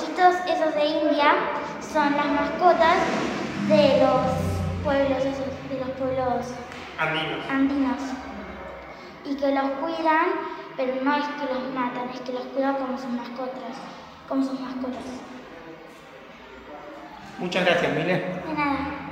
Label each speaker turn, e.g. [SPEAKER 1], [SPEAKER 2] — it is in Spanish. [SPEAKER 1] osos de India son las mascotas de los pueblos, esos- de los pueblos
[SPEAKER 2] Andinos.
[SPEAKER 1] andinos y que los cuidan, pero no es que los matan, es que los cuidan como sus mascotas, como sus mascotas.
[SPEAKER 2] Muchas gracias, Mile.
[SPEAKER 1] De nada.